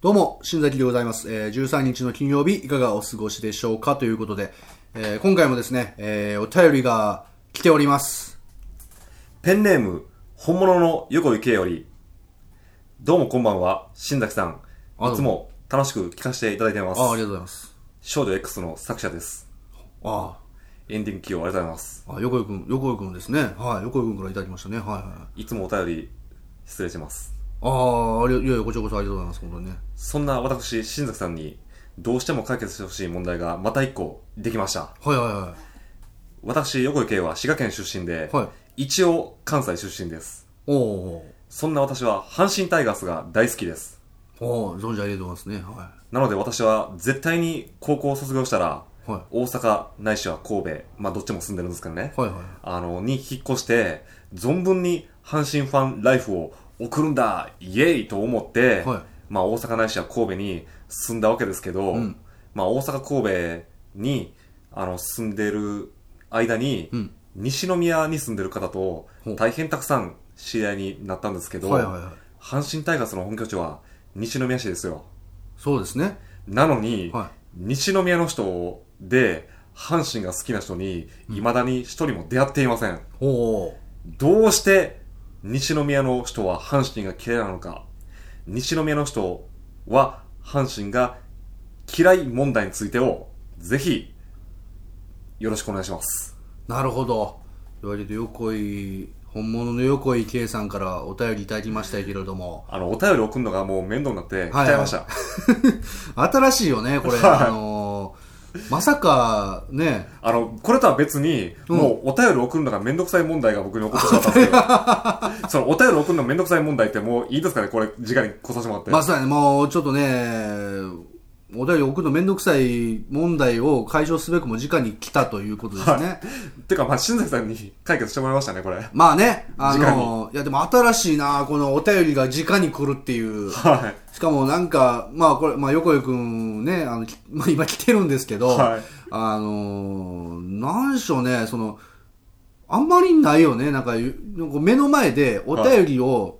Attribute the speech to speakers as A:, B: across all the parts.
A: どうも、新崎でございます。えー13日の金曜日、いかがお過ごしでしょうかということで、えー今回もですね、えーお便りが来ております。
B: ペンネーム、本物の横井圭より、どうもこんばんは、新崎さん。
A: あどうも
B: いつも楽しく聞かせていただいてま
A: ああ、ありが
B: す。
A: とうございます。
B: 少女 X の作者です。
A: あ
B: エンディング起用ありがとうございます。
A: あ、あ横井くん、横井くんですね。はい、横井くんからいただきましたね。はいはいはい。
B: いつもお便り、失礼します。
A: ああ、ありいやいや、こちらこそありがとうございます、本当にね。
B: そんな私、新崎さんに、どうしても解決してほしい問題がまた一個できました。
A: はいはいは
B: 私、横井圭は滋賀県出身で、
A: い。はい。
B: 一応関西出身です。
A: おお
B: そんな私は阪神タイガースが大好きです。
A: おお存じ上げてますね。は
B: なので私は絶対に高校を卒業したら、
A: は
B: 大阪ないしは神戸、まあどっちも住んでるんですけどね、
A: い。はいはい。
B: あの、に引っ越して、存分に阪神ファンライフを送るんだイエーイと思って、
A: はい
B: まあ大阪ないしは神戸に住んだわけですけど、
A: ん
B: まあ大阪神戸にあの住んでる間に、
A: うん
B: 西宮に住んでる方と
A: ほう
B: 大変たくさん知り合いになったんですけど、
A: はいはいはい。
B: 阪神タイガースの本拠地は西宮市ですよ。
A: そうですね。
B: なのに、
A: は
B: 西宮の人で、阪神が好きな人に、未だに一人も出会っていません。
A: い。おお
B: どうして、西宮の人は阪神が嫌いなのか。西宮の人は阪神が嫌い問題についてを、ぜひ、よろしくお願いします。
A: なるほど。言われて横井、本物の横井圭さんからお便りいただきましたけれども。
B: あの、お便り送るのがもう面倒になって、来ち
A: はい
B: ゃいました。
A: 新しいよね、 これ。
B: はい
A: あのーまさか、ね、
B: あの、これとは別に、もうお便り送るのがめんどくさい問題が僕に起こってしまったんです けど、そのお便り送るのめんどくさい問題ってもういいですかねこれ、直に来させてもらって。
A: まさにもうちょっとね、お便り送るのめんどくさい問題を解消すべくも直に来たということですね。
B: てか、まあ、新崎さんに解決してもらいましたね、これ。はい。
A: まあね、あのーいやでも新しいな、このお便りが直に来るっていう。しかもなんか、まあこれ、まあ横井くんね、あの、き まあ今来てるんですけど、
B: はい
A: あのーなんでしょうね、その、あんまりないよね、なんか、ゆなんか目の前でお便りを、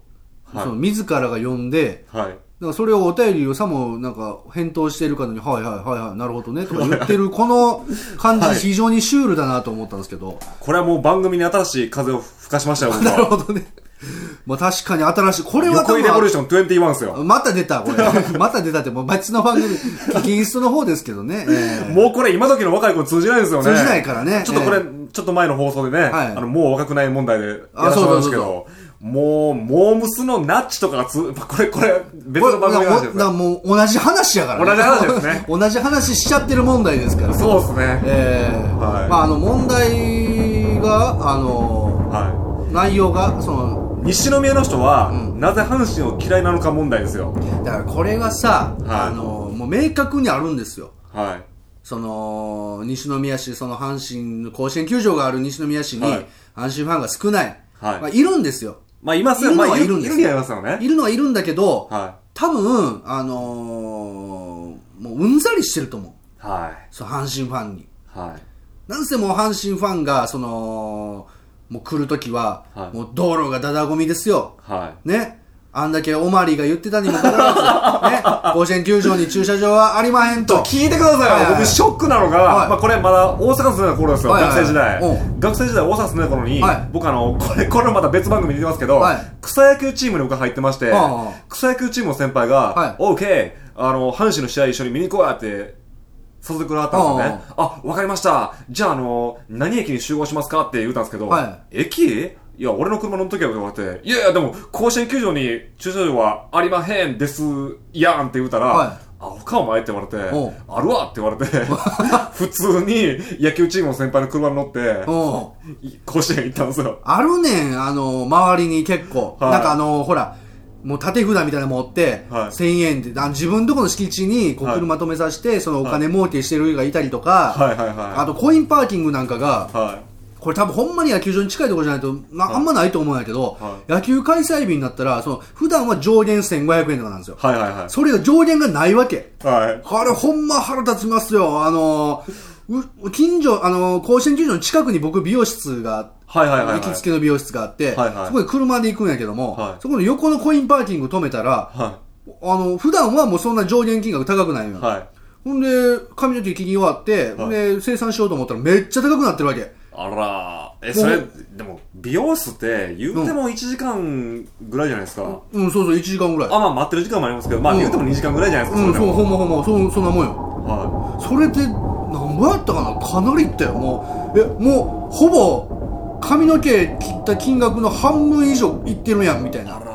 B: はい
A: その自らが読んで、
B: はい。
A: なんかそれをお便りをさもなんか返答しているかのように、はいはいはいはい、なるほどね、とか言ってるこの感
B: はい
A: じ非常にシュールだなと思ったんですけど、
B: これはもう番組に新しい風を吹かしましたよ、僕
A: なる
B: は。
A: ほどね。まあ確かに新しい、これは多
B: 横井
A: 分
B: レボリューション21ですよ。
A: また出た、これ。 また出たって、もう別の番組、キリストの方ですけどね。えー
B: もうこれ今時の若い子に通じないですよね。
A: 通じないからね
B: ちょっとこ
A: え
B: れ、ちょっと前の放送でね、
A: はい
B: あの、もう若くない問題でやらせてもらいましたけ
A: あそう
B: ど、もう、モームスのナッチとかがつ、 これ、これ、 別の番組の話です
A: これだからもうだからもう同じ話やから、
B: 同じ話です ね
A: 同じ話しちゃってる問題ですから。
B: そうですね。
A: えー
B: はい
A: まああの問題が、あの、
B: は
A: 内容が、その、
B: い。西宮の人は、
A: うん
B: なぜ阪神を嫌いなのか問題ですよ。
A: だからこれがさ、
B: はい
A: あの、もう明確にあるんですよ。
B: はい。
A: その、西宮市、その阪神の甲子園球場がある西宮市に、
B: はい
A: 阪神ファンが少ない。
B: はい
A: まあ、いるんですよ。
B: まあ、います
A: い
B: よ。
A: るの
B: ま
A: は
B: あ、
A: いるんです
B: にはいますよね。
A: いるのはいるんだけど、
B: は
A: 多分、あのーもううんざりしてると思う。
B: い。はい。
A: そう、阪神ファンに。
B: はい。
A: なんせもう阪神ファンが、その、もう来るときは、
B: はい
A: もう道路がダダゴミですよ。
B: は
A: ね。あんだけオマリーが言ってたにもかかわらず、ね。甲子園球場に駐車場はありまへん
B: い。と
A: と。
B: 聞いてくだ
A: はい
B: さ
A: はい
B: いよ。僕、ショックなの
A: はい
B: が、まあ、これまだ大阪住んでた頃ですよ。
A: はいはい
B: 学
A: はい
B: 生時代
A: う。
B: 学生時代、大阪住んでた頃に
A: はい、
B: 僕あの、これ、 これまた別番組に出てますけど
A: はい、
B: 草野球チームに僕入ってまして
A: ああ、
B: 草野球チームの先
A: はい
B: 輩が、オーケー、あの、阪神の試合一緒に見に行こうやって、誘ってくれはったんですよね。あ、わかりました。じゃあ、あの、何駅に集合しますかって言うたんですけど、
A: は
B: 駅いや、俺の車乗るときは言われて、いやいや、でも、甲子園球場に駐車場はありまへんです、やんって言うたら、
A: はい
B: あ、他お前って言われて
A: おう、
B: あるわって言われて、 普通に野球チームの先輩の車に乗って、
A: うん。
B: い甲子園行ったんですよ。
A: あるねん、あの、周りに結構。
B: はい
A: なんかあの、ほら、もう縦札みたいなの持って、
B: はい
A: 1000円で、あ自分とこの敷地にこう
B: はい
A: 車止めさせて、そのお金儲けしてる人がいたりとか、
B: はいはい
A: あ
B: は
A: とコインパーキングなんかが
B: い。、は
A: これ多分ほんまに野球場に近いところじゃないと、まあ、あんまないと思うんやけど、
B: は
A: 野球開催日になったら、その、普段は上限1500円とかなんですよ。
B: い。はいはいは
A: それが上限がないわけ。
B: い。はい。
A: あれほんま腹立ちますよ。あの、う近所、あの、甲子園球場の近くに僕美容室があって、
B: はいはいはいはい。
A: 行きつけの美容室があって、
B: はいはい
A: そこで車で行くんやけども、
B: はい
A: そこの横のコインパーキング止めたら、
B: は
A: あの、普段はもうそんな上限金額高くないのよ。
B: はい。
A: ほんで、髪の毛切り終わって、ほんで、生産しようと思ったらめっちゃ高くなってるわけ。
B: あらーえ、
A: もう
B: それ、でも、美容室って、言うても1時間ぐらいじゃないですか。
A: うん、そうそう、1時間ぐらい。
B: あ、まあ、待ってる時間もありますけど、まあ、
A: うん
B: 言うても2時間ぐらいじゃないですか、
A: うん、
B: れ
A: そ
B: で
A: う、
B: も
A: ほんまほんま、そそんなもんよ。
B: は
A: それで、なんぼやったかなかなりいったよ。もう、え、もう、ほぼ、髪の毛切った金額の半分以上いってるやん、みたい
B: い。
A: な。
B: あら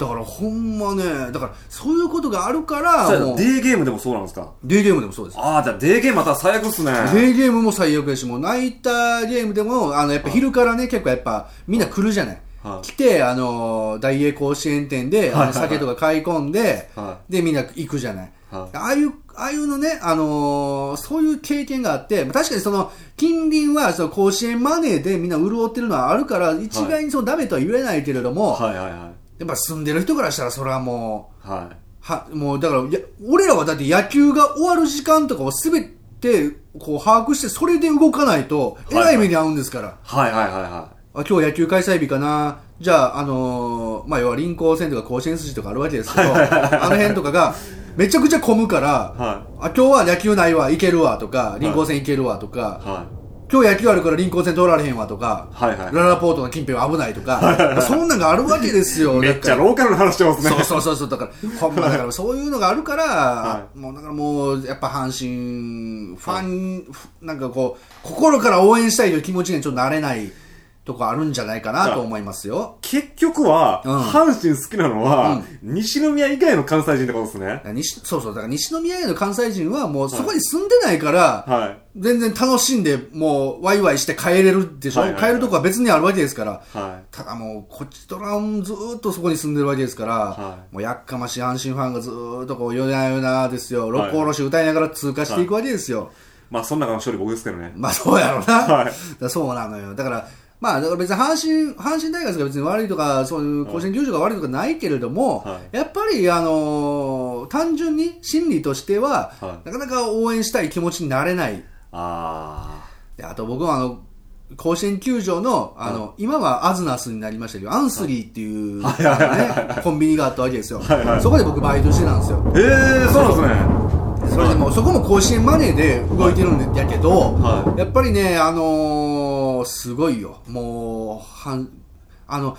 A: だからほんまね、だからそういうことがあるから、
B: ー
A: もう
B: デ、ーゲームでもそうなんですか。
A: デーゲームでもそうです。
B: ああ、じゃあ、デーゲームまた最悪っすね。
A: デーゲームも最悪やし、もうナイターゲームでも、あの、やっぱ昼からね、結構やっぱみんな来るじゃない。
B: はい
A: 来て、あの、大英甲子園店で、あ
B: はいはいは
A: の
B: い
A: 酒とか買い込んで、
B: は
A: で、みんな行くじゃない。
B: はい
A: ああいう、ああいうのね、あのーそういう経験があって、まあ確かにその、近隣は、その甲子園マネーでみんな潤ってるのはあるから、一概にそのダメとは言えないけれども、
B: はいはいは
A: やっぱ住んでる人からしたらそれはもう、
B: い。はい。
A: は、もうだから、いや、俺らはだって野球が終わる時間とかをすべて、こう、把握して、それで動かないと、え
B: はい
A: らい目に遭うんですから。
B: はいはいはいは
A: あ今日野球開催日かな。じゃあ、あのーまあ、要は臨港線とか甲子園筋とかあるわけですけど、あの辺とかが、めちゃくちゃ混むから、
B: は
A: あ、今日は野球ないわ、行けるわとか、臨港線行けるわとか、
B: い。は
A: 今日野球あるから臨港線通られへんわとか、
B: はいはい
A: ララポートの近辺は危ないとか、まあそんなんがあるわけですよ。
B: い。めっち
A: だから
B: ゃローカルな話してますね。
A: そうそうそうそうだからほんまだからそういうのがあるから、
B: は
A: もうだからもうやっぱ阪神ファン、ふなんかこう心から応援したいという気持ちにはちょっとなれないとこあるんじゃないかなと思いますよ。
B: 結局は、
A: うん
B: 阪神好きなのは、西宮以外の関西人ってことですね。
A: 西そうそうだから西宮への関西人はもうそこに住んでないから、
B: は
A: 全然楽しんでもうワイワイして帰れるでしょ、
B: はいはいはい
A: 帰るとこは別にあるわけですから。
B: い。は
A: ただもう、こっちとらんずーっとそこに住んでるわけですから、
B: は
A: もうやっかましい阪神ファンがずーっとこう、よなよなですよ、
B: はい
A: 六甲おろし歌いながら通過していくわけですよ。
B: い。まあ、その中の勝利僕ですけどね。
A: まあそうやろうな。
B: はい
A: だからそうなのよ。だから、まあだから別に阪神、阪神大学が別に悪いとか、そういう甲子園球場が悪いとかないけれども、
B: は
A: やっぱりあのー単純に心理としては、
B: は
A: なかなか応援したい気持ちになれない。
B: あ
A: であと僕はあの、甲子園球場の、あの、今はアズナスになりましたけど、アンスリーっていう、ね、コンビニがあったわけですよ。
B: はいはい
A: そこで僕バイトしてたんですよ。
B: あ。へえ、そうなんですね。
A: それでも、そこも甲子園マネーで動いてるんやけど、
B: は
A: やっぱりね、あのーすごいよ。もう、はん、あの、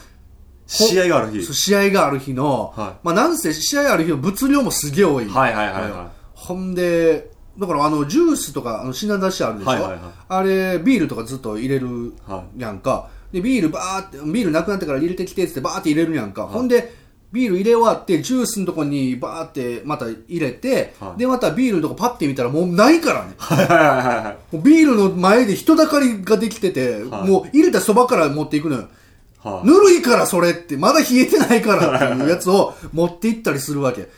B: 試合がある日
A: そう。試合がある日の、
B: は
A: まあなんせ試合ある日の物量もすげえ多い。
B: はいはいはいは
A: ほんで、だからあのジュースとかあの品出しあるでしょ、
B: はいはいはい
A: あれビールとかずっと入れる
B: は
A: やんか、でビールバーってビールなくなってから入れてきてっつってバーって入れるやんか、ほんでビール入れ終わってジュースのとこにバーってまた入れて、
B: はい
A: でまたビールのとこパッて見たらもうないからね
B: はいはいはいはい。
A: もうビールの前で人だかりができてて、
B: はい
A: もう入れたそばから持っていくのよ
B: はい
A: ぬるいからそれってまだ冷えてないからって いうやつを持っていったりするわけ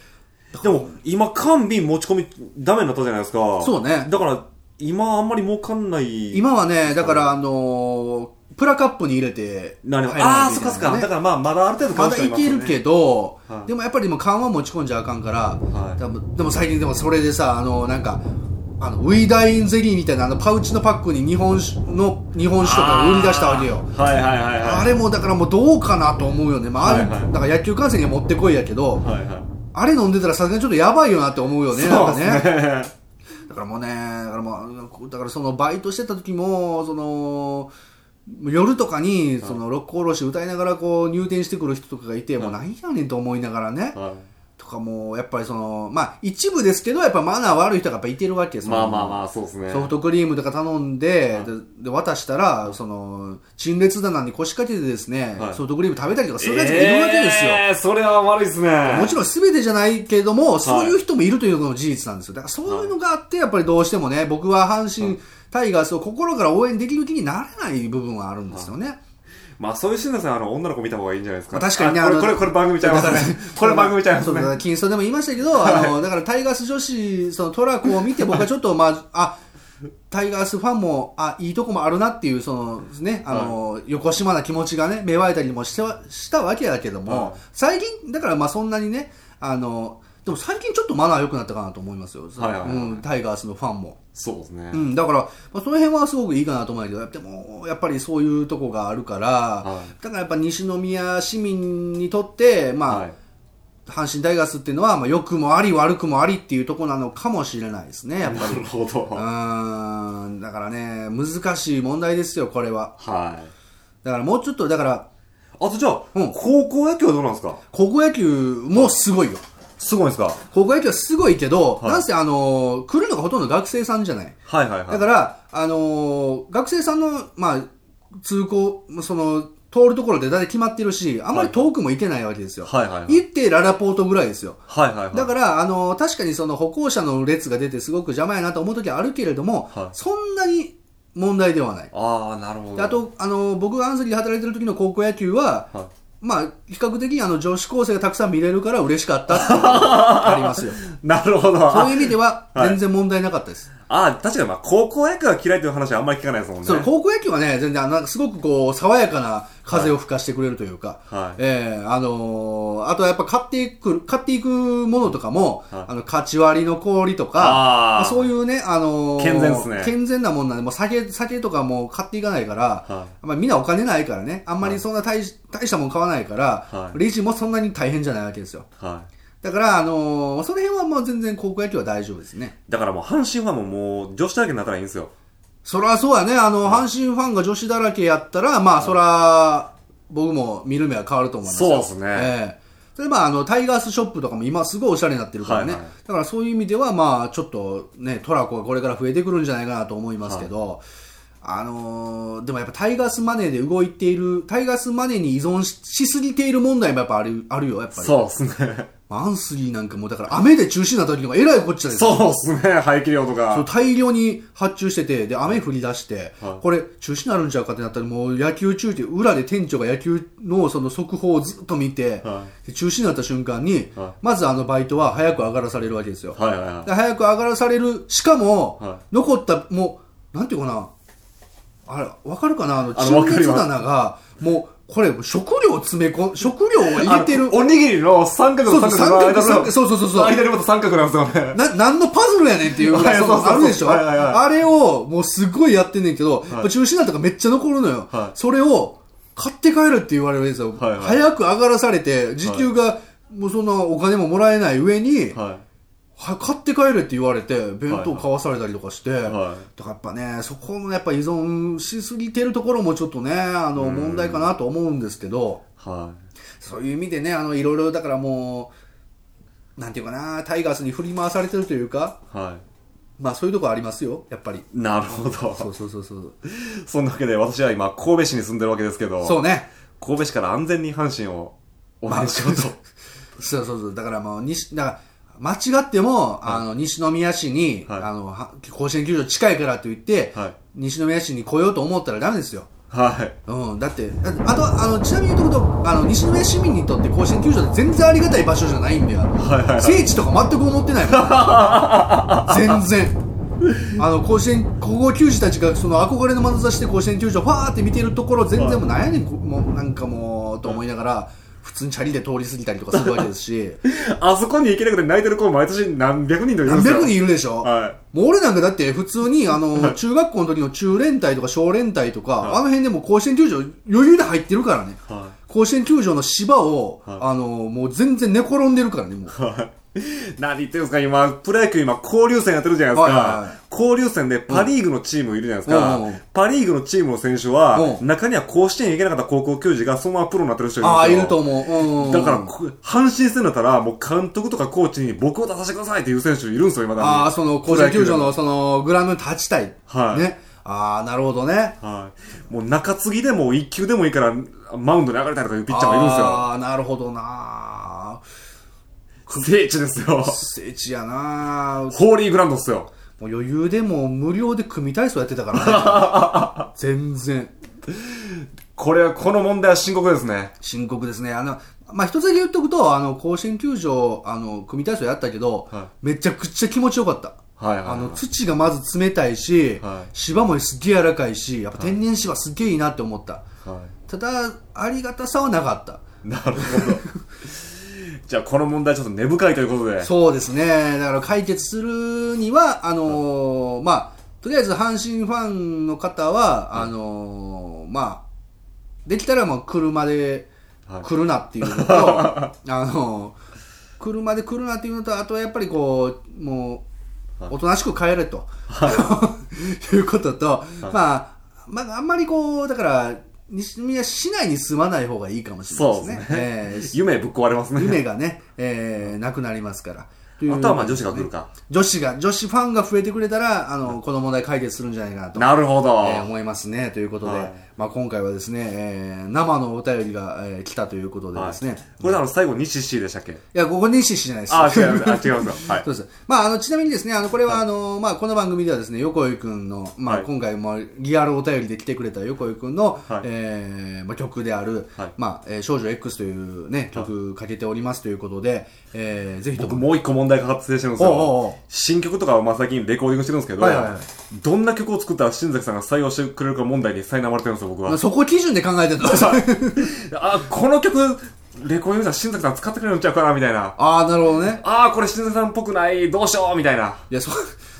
B: でも、今、缶瓶持ち込みダメになったじゃないですか。
A: そうね
B: だから、今あんまり儲かんない。
A: 今はね、だから、あのープラカップに入れて、
B: なるほど。
A: 入ら
B: あ
A: な
B: あ、
A: い
B: そ
A: と
B: っ
A: いけ
B: か
A: ない
B: そ
A: のね
B: っか。だからまあ、まだある程度
A: まだいけるけど、
B: はい
A: でもやっぱりもう缶は持ち込んじゃあかんから、
B: はい
A: 多分でも最近でもそれでさ、あのーなんか、あのウィダインゼリーみたいなあのパウチのパックに日本酒の日本酒とかを売り出したわけよ。
B: あーはいはいはいはい。
A: あれもだからもうどうかなと思うよね。まあ、あれ
B: はいはい
A: だから野球観戦には持ってこいやけど、
B: はいはい。
A: あれ飲んでたらさすがにちょっとやばいよなって思うよね。なんか
B: そうですね。
A: だからもうね、だからもう、だからそのバイトしてた時も、その、夜とかに、その、六甲おろし歌いながら、こう、入店してくる人とかがいて、もう何やねんと思いながらね、
B: は
A: とかもう、やっぱりその、まあ、一部ですけど、やっぱマナー悪い人がやっぱいてるわけです
B: い、まあまあまあ、そうですね。
A: ソフトクリームとか頼んで、でで渡したら、その、陳列棚に腰掛けてですね、
B: はい
A: ソフトクリーム食べたりとかするやつがいるわけですよ。
B: えー、それは悪いですね。
A: もちろん全てじゃないけれども、そういう人もいるというのも事実なんですよ。だからそういうのがあって、やっぱりどうしてもね、僕は阪神タイガースを心から応援できる気になれない部分はあるんですよね。
B: まあ、そういうシーンですね、あの、女の子見た方がいいんじゃないですか。
A: まあ確かにね
B: あこれ、
A: あの
B: これ、これ番組ちゃいます
A: だか
B: ね。これ番組ちゃいます
A: そうだか
B: ね。
A: ら金ストでも言いましたけど、あの、だからタイガース女子、そのトラコを見て、僕はちょっと、まあ、あ、タイガースファンも、あ、いいとこもあるなっていう、そのね、あの、横島な気持ちがね、芽生えたりもしては、したわけだけども、
B: はい
A: 最近、だからまあそんなにね、あの、でも最近ちょっとマナー良くなったかなと思いますよ。
B: はいはいはい
A: うん、タイガースのファンも。
B: そうですね。
A: うん、だから、まあ、その辺はすごくいいかなと思うんだけど、でも、やっぱりそういうとこがあるから、
B: は
A: だからやっぱ西宮市民にとって、まあ、
B: はい。
A: 阪神タイガースっていうのは、まあ、良くもあり悪くもありっていうところなのかもしれないですね、やっぱ
B: な
A: り。
B: るほ
A: う
B: ど。
A: ーん、だからね、難しい問題ですよ、これは。
B: はい。
A: だからもうちょっと、だから、
B: あとじゃあ、
A: うん
B: 高校野球はどうなんですか
A: 高校野球もすごいよ。
B: すごいんですか
A: 高校野球はすごいけど、
B: はい
A: なんせあのー来るのがほとんど学生さんじゃない。
B: はいはいはい。
A: だから、あのー学生さんの、まあ、通行、その、通るところで大体決まってるし、あんまり遠くも行けないわけですよ。
B: はいはいはい。
A: 行ってララポートぐらいですよ。
B: はいはいはい。
A: だから、あのー確かにその歩行者の列が出てすごく邪魔やなと思う時はあるけれども、
B: はい
A: そんなに問題ではない。
B: ああ、なるほ
A: で
B: ど。
A: あ、と、あのー僕がアンスリーで働いてる時の高校野球は、
B: はい、
A: まあ、比較的あの女子高生がたくさん見れるから嬉しかったっていうのがありますよ。
B: なるほど。
A: そういう意
B: あ
A: 味では
B: はい
A: 全然問題なかったです。
B: あー、確かにまあ、高校野球が嫌いという話はあんまり聞かないですもんね。
A: その高校野球はね、全然あのすごくこう爽やかな風を吹かしてくれるというか、
B: はい
A: ええあのーあとはやっぱ買っていく、買っていくものとかも、
B: はい
A: あの、勝ち割りの氷とか
B: あー、
A: そういうね、あのー
B: 健全っすね
A: 健全なもんなんで、もう酒、酒とかも買っていかないから、
B: は
A: まあ、みんなお金ないからね、あんまりそんな大,、大したもん買わないから、
B: はい
A: レジもそんなに大変じゃないわけですよ。
B: い。はい。
A: だから、あのーその辺はもう全然高校野球は大丈夫ですね。
B: だからもう、阪神ファンももう、女子大学になったらいいんですよ。
A: そらそうやね、あの、阪神ファンが女子だらけやったら、まあ、そら、僕も見る目は変わると思いますよ
B: そうですね
A: ええ例えば、あの、タイガースショップとかも今すごいおしゃれになってるからね。
B: はいはい
A: だからそういう意味では、まあ、ちょっとね、トラコがこれから増えてくるんじゃないかなと思いますけど、あのーでもやっぱタイガースマネーで動いている、タイガースマネーに依存ししすぎている問題もやっぱあるあるよ、やっぱり。
B: そうですね。
A: アンスリーなんかもうだから雨で中止になった時とかえらいこっちゃですよ
B: そうですね。排気量と
A: そう
B: か。
A: 大量に発注してて、で、雨降り出して、
B: はい
A: これ、中止になるんちゃうかってなったら、もう野球中って、裏で店長が野球のその速報をずっと見て、
B: は
A: で中止になった瞬間に、
B: は
A: まずあのバイトは早く上がらされるわけですよ。
B: はいはいは
A: で早く上がらされる、しかも、
B: は
A: 残った、もう、なんていうかな、あれ、わかるかなあの、
B: あの
A: 陳列棚が、もう、これ、食料詰め込ん、食料を
B: い。
A: 入れてる
B: あ、のおにぎりの三角
A: そう
B: の
A: そう、
B: 三
A: 三
B: 角の間
A: 角、
B: の
A: 三角そうそうそうそう。
B: 間にまた三角なんですよね。
A: な、何のパズルやねんっていうぐらい、
B: はい
A: その
B: そうそうそ
A: あ
B: う
A: るでしょ、
B: はいはいはい
A: あれを、もうすっごいやってんねんけど、やっぱ中止になったからめっちゃ残るのよ。
B: はい
A: それを、買って帰るって言われるんですよ。
B: はいはい
A: 早く上がらされて、時給が、もうそんなお金ももらえない上に、
B: は
A: は買って帰れって言われて、弁当買わされたりとかして、
B: い。は
A: だからやっぱね、そこもやっぱ依存しすぎてるところもちょっとね、あの、問題かなと思うんですけど、
B: い。は
A: そういう意味でね、あの、いろいろ、だからもう、なんていうかな、タイガースに振り回されてるというか、
B: い。は
A: まあそういうとこありますよ、やっぱり。
B: い。なるほど。
A: そうそうそうそう。
B: そんなわけで、私は今、神戸市に住んでるわけですけど、
A: そうね。
B: 神戸市から安全に阪神を応援しようと。
A: そうそうそう。だからもう、西、だから、間違っても、あの、西宮市に、
B: はい
A: あの、は甲子園球場近いからと言って、
B: はい
A: 西宮市に来ようと思ったらダメですよ。
B: はい。
A: うん、だって、だってあと、あの、ちなみに言うと、あの、西宮市民にとって甲子園球場って全然ありがたい場所じゃないんだよ。
B: いはいはい
A: 聖地とか全く思って ないから。全然。あの、甲子園、高校球児たちがその憧れの眼差しで甲子園球場ファーって見てるところ全然もうなんやねん、こもうなんかもう、と思いながら、普通にチャリで通り過ぎたりとかするわけですし、
B: あそこに行けなくて泣いてる子毎年何百人といるん
A: 何
B: ですよ。
A: 百人いるでしょ、
B: は
A: もう俺なんかだって普通 に、あの、中学校の時の中連隊とか小連隊とか、あの辺でもう甲子園球場余裕で入ってるからね。
B: は
A: 甲子園球場の芝を、
B: はい
A: あの、もう全然寝転んでるから ね、もう。
B: い。 何言ってるんですか今、プロ野球今、交流戦やってるじゃないですか。
A: はいはいはい
B: 交流戦でパリーグのチームいるじゃないですか。
A: うんうんうん
B: パリーグのチームの選手は、
A: うん
B: 中には甲子園行けなかった高校球児がそのままプロになってる人いるん
A: ああ、
B: です
A: い
B: よ。
A: ると思う。うんうん。
B: だから、こ阪神戦だったら、もう監督とかコーチに僕を出させてくださいっていう選手いるんですよ、今だに
A: ああ、その、甲子園球場の、その、グラウンドに立ちたい。
B: はい
A: ね。ああ、なるほどね。
B: はい。もう中継ぎでも一球でもいいから、マウンドに上がれたりとかいうピッチャーがいるんですよ。
A: ああ、なるほどな。
B: 聖地ですよ。
A: 聖地やな。
B: ホーリーグランドっすよ。
A: もう余裕でもう無料で組体操やってたからね。 全然。
B: これは、この問題は深刻ですね。
A: 深刻ですね。あの、まあ、一つだけ言っとくと、あの、甲子園球場、あの、組体操やったけど、
B: は
A: めちゃくちゃ気持ちよかった。
B: はいはい、は
A: あ
B: い。
A: の、土がまず冷たいし、
B: はい
A: 芝もすっげえ柔らかいし、やっぱ天然芝すっげえいいなって思った。
B: は
A: ただ、ありがたさはなかった。
B: い。なるほど。 じゃあ、この問題ちょっと根深いということで。
A: そうですね。だから解決するには、あのーまあ、とりあえず阪神ファンの方は、あのーまあ、できたらもう車で
B: はい
A: 来るなっていうのと、あのー車で来るなっていうのと、あとはやっぱりこう、もう、おとなしく帰れと、 い、うことと、まあ、まあ、あんまりこう、だから、西宮市内に住まない方がいいかもしれないですね。
B: そう
A: えー
B: 夢ぶっ壊れ ますね。
A: 夢がね、えーなくなりますから。
B: あとはまあ女子が来るか。
A: 女子が、女子ファンが増えてくれたら、あの、この問題解決するんじゃないかなと。
B: なるほど。
A: えー思いますね。ということで、
B: はい
A: まあ今回はですね、えー生のお便りが、えー来たということで
B: は
A: で
B: い
A: すね。い、
B: これあの最後、西 C でしたっけ
A: や、ここにししじゃないです。
B: あ、違 います。あ、違います。はい。
A: そうです。まあ、あの、ちなみにですね、あの、これは、あの、まあ、この番組ではですね、横井くんの、まあ、
B: はい
A: 今回もリアルお便りで来てくれた横井くんの、
B: はい
A: えーまあ、曲である、
B: はい
A: まあ、えー少女 X というね、曲かけておりますということで、えーぜひと
B: 僕
A: も。
B: もう一個問題が発生してるんですよ。
A: おうおうおう
B: 新曲とかをまあ最近レコーディングしてるんですけど、
A: はいはいはい
B: どんな曲を作ったら新崎さんが採用してくれるか問題に苛まれてるんですよ、僕は
A: まあ。そこ基準で考えてた。
B: あ、この曲、レコーディングしたら新崎さん使ってくれるんちゃうかな、みたいな。
A: ああ、なるほどね。
B: あー、これ新崎さんっぽくない、どうしよう、みたいな。
A: いや、そ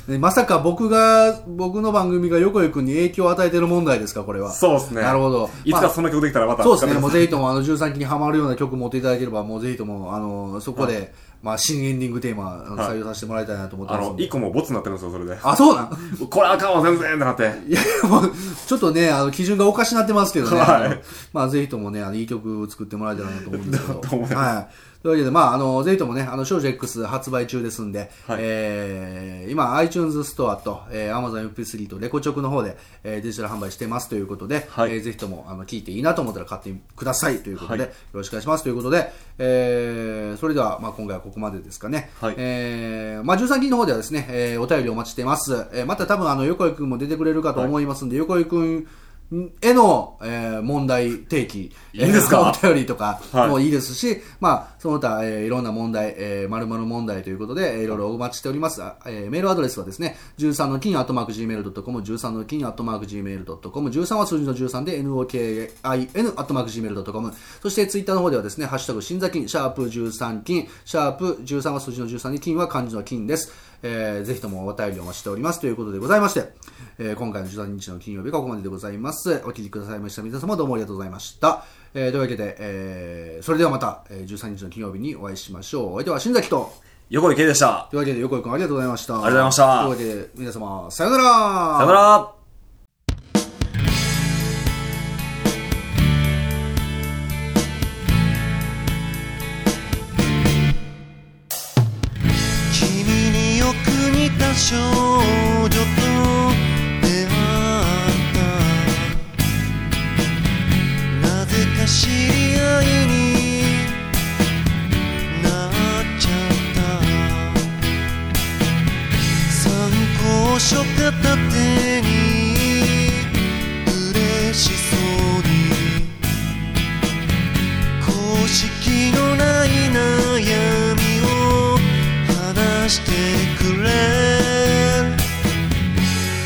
A: う、 ねまさか僕が、僕の番組が横井くんに影響を与えてる問題ですか、これは。
B: そうですね。
A: なるほど。
B: いつ
A: ま
B: か
A: あ
B: そんな曲できたらまた
A: そうです
B: 使って
A: ね。
B: く
A: もう
B: ださい
A: ぜひとも、あの、13期にハマるような曲持っていただければ、もうぜひとも、あの、そこで、まあ、新エンディングテーマ、あの
B: はい
A: 採用させてもらいたいなと思って
B: あ
A: ます
B: の
A: ん、で。
B: 一個もうボツになってるんですよ、それで。
A: あ、そうなん
B: これあかんわ、全然ってなって。
A: いや、もう、ちょっとね、あの、基準がおかしなってますけどね。
B: はい
A: あのまあ、ぜひともね、あの、いい曲を作ってもらえたらなと思うん ですけど。
B: と思い
A: はい。というわけで、まあ、あの、ぜひともね、あの、少女 X 発売中ですんで、
B: はい
A: えー、今、iTunes ストアと、えー、Amazon MP3 とレコチョクの方で、えー、デジタル販売してますということで、
B: はい
A: えーぜひとも、あの、聞いていいなと思ったら買ってくださいということで、
B: はい
A: よろしくお願いしますということで、えー、それでは、まあ、今回はここまでですかね。
B: はい
A: えーまあ、13期の方ではですね、えーお便りお待ちしています。えーまた多分、あの、横井くんも出てくれるかと思いますんで、横井くんへの、えー問題提起。
B: いいですか
A: えーお便りとか
B: はい
A: もいいですし、まあ、その他、えーいろんな問題、えー、〇〇問題ということで、えーいろいろお待ちしております。あえーメールアドレスはですね、13の金、アットマーク Gmail.com、13の金、アットマーク Gmail.com、13は数字の13で、NOKIN、アットマーク Gmail.com、そしてツイッターの方ではですね、ハッシュタグ、新座金、シャープ13金、シャープ13は数字の13に金は漢字の金です。えーぜひともお便りお待ちしておりますということでございまして、えー今回の13日の金曜日はここまででございます。お聞きくださいました皆様どうもありがとうございました。えーというわけで、えーそれではまた、えー13日の金曜日にお会いしましょう。お相手は新崎と。
B: 横井圭でした。
A: というわけで、横井くんありがとうございました。あ
B: りがとうございました
A: というわけで、皆様、さよなら。さ
B: さよなら。
C: 君によく似た少女と出会ったなぜか知り合いになっちゃった参考書片手に嬉しそうに公式のない悩みを話してくれ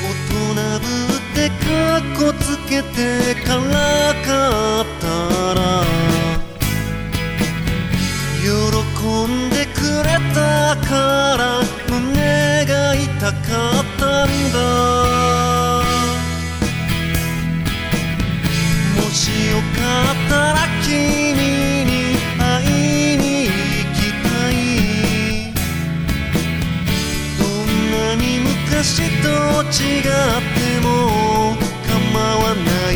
C: 大人ぶってカッコつけてからかったら喜んでくれたから胸が痛かったんだもしよかったら君に会いに行きたいどんなに昔と違っても構わない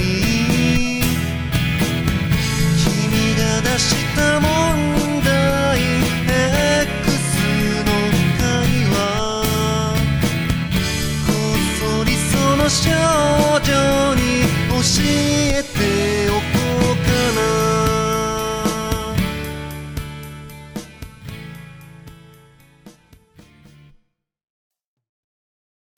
C: 君が出した問題 X の会話こっそりその少女に教えて